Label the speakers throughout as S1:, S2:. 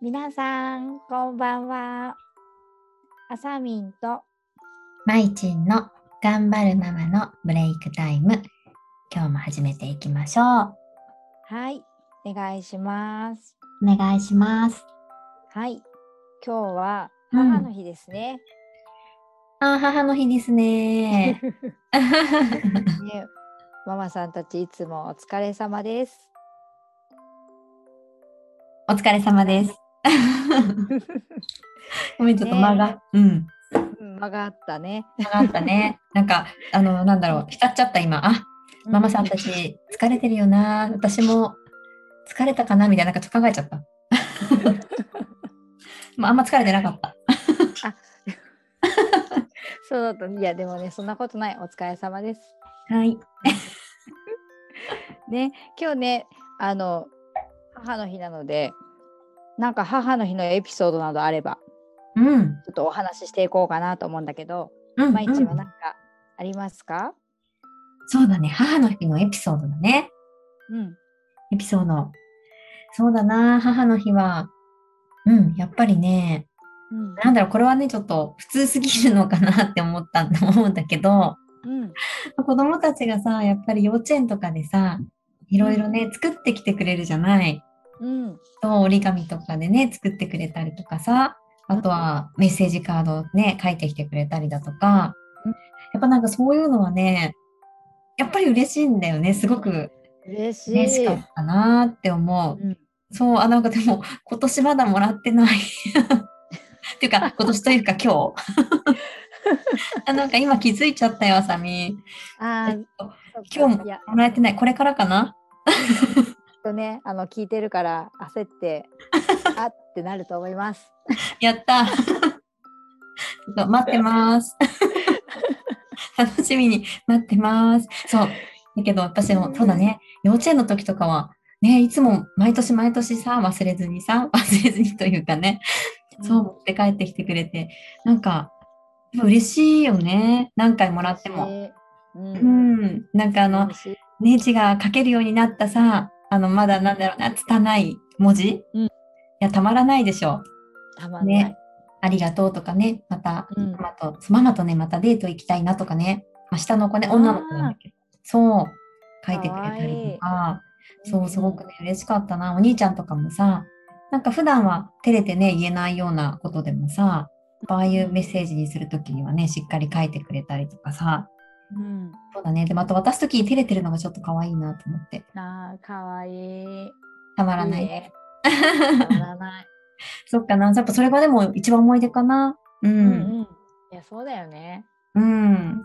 S1: 皆さん、こんばんは。あさみんと、
S2: まいちんの頑張るママのブレイクタイム。今日も始めていきましょう。
S1: はい、お願いします。
S2: お願いします。
S1: はい、今日は
S2: う
S1: 母の
S2: ん、
S1: 日ですね。
S2: あ、母の日です ね。
S1: ねママさんたち、いつもお疲れ様です。
S2: お疲れ様です。ごめん、ちょっと間が、
S1: ね
S2: うん、
S1: うん間があったね。
S2: 間があったね。なんか、あの、なんだろう、浸っちゃった今。あ、ママさんたち疲れてるよな。私も疲れたかなみたいな、なんかちょっと考えちゃ った。まあ、あんま疲れてなかった。
S1: そうだった。いや、でもね、そんなことない。お疲れ様です。
S2: はい。
S1: ね、今日ね、あの、母の日なので、なんか母の日のエピソードなどあれば、
S2: うん。
S1: ちょっとお話ししていこうかなと思うんだけど、
S2: うん、
S1: まいちは
S2: うん
S1: なんかありますか？
S2: そうだね。母の日のエピソードだね。
S1: うん。
S2: エピソード。そうだな。母の日は、うん、やっぱりね、
S1: うん。
S2: なんだろう、これはね、ちょっと普通すぎるのかなって思ったん だ、思うんだけど、
S1: うん。
S2: 子供たちがさ、やっぱり幼稚園とかでさ、いろいろね、作ってきてくれるじゃない。
S1: うん。
S2: そう、折り紙とかでね、作ってくれたりとかさ、あとはメッセージカードをね、書いてきてくれたりだとか
S1: うん、
S2: やっぱなんかそういうのはね、やっぱり嬉しいんだよね、すごく
S1: 嬉しい。
S2: 嬉しかったなーって思う。
S1: うん。
S2: そう、あ、なんかでも、今年まだもらってない。 ってい うか、今年というか今日。 あなんか今気づいちゃったよ、あさみ。
S1: あ
S2: えっ
S1: ー
S2: と
S1: そっか
S2: 今日も
S1: いや
S2: もらえてない。これからかな
S1: きっとねあの聞いてるから焦ってあってなると思います。
S2: やった。ちょっと待ってます。楽しみに待ってます。そう。だけど私
S1: う
S2: も、
S1: ん
S2: そうだね。幼稚園の時とかは、ね、いつも毎年毎年さ、忘れずにさ、忘れずにというかね、そう持って帰ってきてくれて、なんか、嬉しいよね。何回もらっても。
S1: うん。
S2: う
S1: うん。
S2: ん。なんかあの
S1: 嬉、しい
S2: ネジが書けるようになったさ、あの、まだなんだろうな、拙い文字、
S1: うん
S2: いや、たまらないでしょ。
S1: たまんない。
S2: ねありがとうとかね、また、
S1: うん
S2: ママと、ママとね、またデート行きたいなとかね、まあ、下の子ね、女の子なんだけど、そう、書いてくれたりとか、そう、すごくね、嬉しかったな。お兄ちゃんとかもさ、なんか普段は照れてね、言えないようなことでもさ、ああいうメッセージにするときにはね、しっかり書いてくれたりとかさ、
S1: うん。
S2: そうだね。で、また渡すときに照れてるのがちょっと可愛いなと思って、
S1: ああ可愛いい。
S2: たまらない。
S1: いいねたまらない。
S2: そっかな。やっぱそれがでも一番思い出かな。 う
S1: うん
S2: ん。
S1: うん。いやそうだよね。
S2: うん。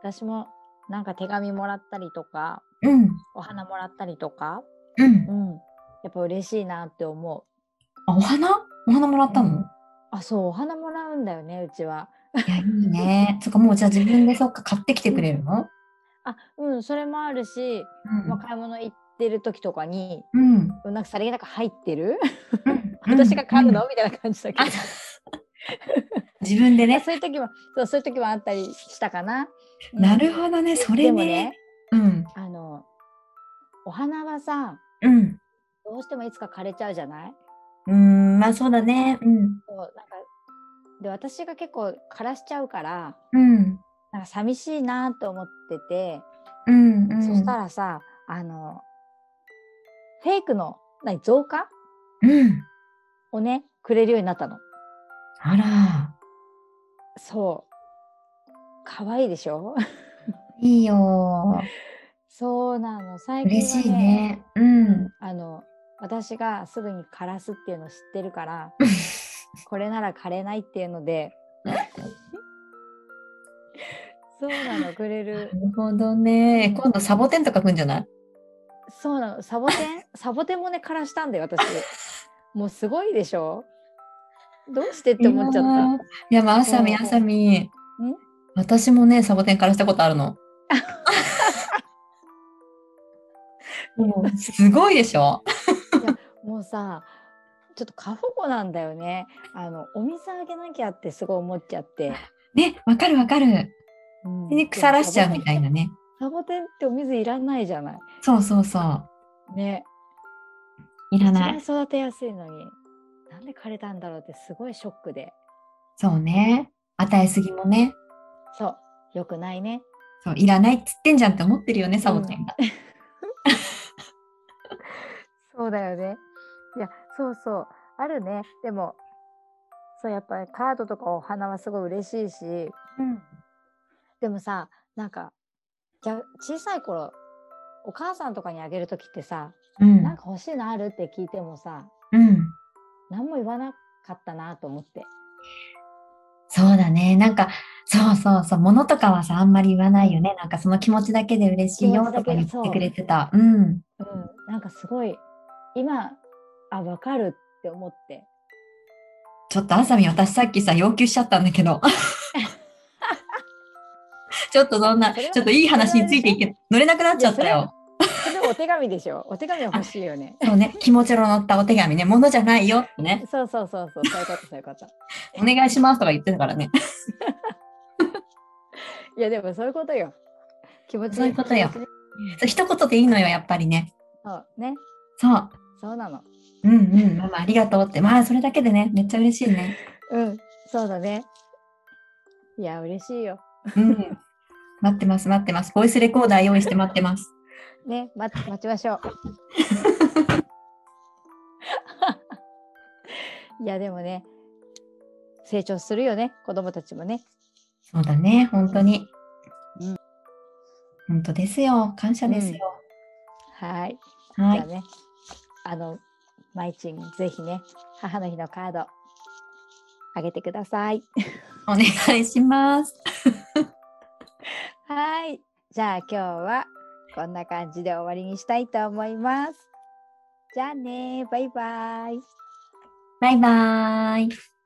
S1: 私もなんか手紙もらったりとか
S2: うん。
S1: お花もらったりとか、
S2: うん。
S1: うん、やっぱ嬉しいなって思う。
S2: あ、お花お花もらったの
S1: あそうお花もらうんだよねうちは。
S2: いや、いいね。そっか、もうじゃあ自分でそっか、買ってきてくれるの
S1: あうんそれもあるし、
S2: うん
S1: まあ、買い物行ってる時とかに
S2: うん。
S1: うんなんかさりげなく入ってる
S2: うん
S1: 私が買うの、
S2: ん
S1: みたいな感じだけ
S2: あ
S1: ど
S2: 自分でね。
S1: そういう時もそうそういう時もあったりしたかな。うん
S2: なるほどね。それ
S1: でも
S2: ね
S1: ね。
S2: うん。
S1: あのお花はさ
S2: うん。
S1: どうしてもいつか枯れちゃうじゃないう
S2: ーん。まあ、そうだね。うん。
S1: そうなんかで私が結構枯らしちゃうから
S2: うん。
S1: なんか寂しいなと思ってて、
S2: うん。うん。
S1: そしたらさあのフェイクの何増加
S2: うん。
S1: をねくれるようになったの
S2: あら。
S1: そう可愛いでしょ
S2: いいよ。
S1: そうなの最近は、ね、
S2: 嬉しいね。うん。
S1: あの私がすぐに枯らすっていうのを知ってる からこれなら枯れないっていうのでそうなのくれる
S2: なるほどね。今度サボテンとか来んじゃない
S1: そうなのサボテ ンサボテンもね枯らしたんだよ私もうすごいでしょどうしてって思っちゃった
S2: いや、まあ、あさみ、
S1: そう
S2: あさみ。私もね、サボテンからしたことあるの。 もうすごいでしょ
S1: もうさちょっと過保護なんだよねあのお水あげなきゃってすごい思っちゃって、
S2: ね、わかるわかる。
S1: うん
S2: で、腐らしちゃうみたいなね。
S1: サボテンってお水いらないじゃない
S2: そうそうそう。
S1: ね
S2: いら
S1: 一
S2: な
S1: 番
S2: い。
S1: 育てやすいのになんで枯れたんだろうってすごいショックで
S2: そうね。与えすぎもね。
S1: そうよくないね
S2: そう、いらないっつってんじゃんって思ってるよね、サボテンが。
S1: そうだよねいやそうそうあるねでもそうやっぱりカードとかお花はすごい嬉しいし
S2: うん。
S1: でもさなんかじゃ小さい頃お母さんとかにあげる時ってさ
S2: うん。
S1: なんか欲しいのあるって聞いてもさ
S2: うん。
S1: 何も言わなかったなと思って
S2: そうだね。なんか、そうそうそう。物とかはさ、あんまり言わないよね。なんかその気持ちだけで嬉しいよとか言ってくれてた。うん。
S1: うん、なんかすごい今あ分かるって思って
S2: ちょっとあさみん、私さっきさ、要求しちゃったんだ けど。ちょっとそんな、
S1: それは
S2: ちょっといい話についていけ、乗れなくなっちゃった
S1: いやそれ
S2: よ。
S1: それお手紙でしょお手紙は欲しいよね
S2: そうね、気持ちの乗ったお手紙ね、物じゃないよってね、
S1: そうそうそうそうそういうことそういうこと
S2: お願いしますとか言ってたからね。
S1: いやでもそういうことよ気持ち
S2: そういうことよ
S1: 気持ちね
S2: そう一言でいいのよ、やっぱりね。
S1: そうね
S2: そう。
S1: そうなの
S2: うんうん、ママありがとうって。まあ、それだけでね、めっちゃ嬉しいね。
S1: うんそうだねいや嬉しいよ
S2: うん。待ってます、待ってます。ボイスレコーダー用意して待ってます。
S1: ね待待ちましょ ういやでもね成長するよね子供たちもね
S2: そうだね、本当に。本当ですよ。感謝ですよ。
S1: はい
S2: は
S1: じゃあ
S2: い。
S1: ね、あの、マイチン、ぜひね、母の日のカード、あげてください。
S2: お願いします。
S1: はい。じゃあ今日は、こんな感じで終わりにしたいと思います。じゃあね、バイバイ。
S2: バイバーイ。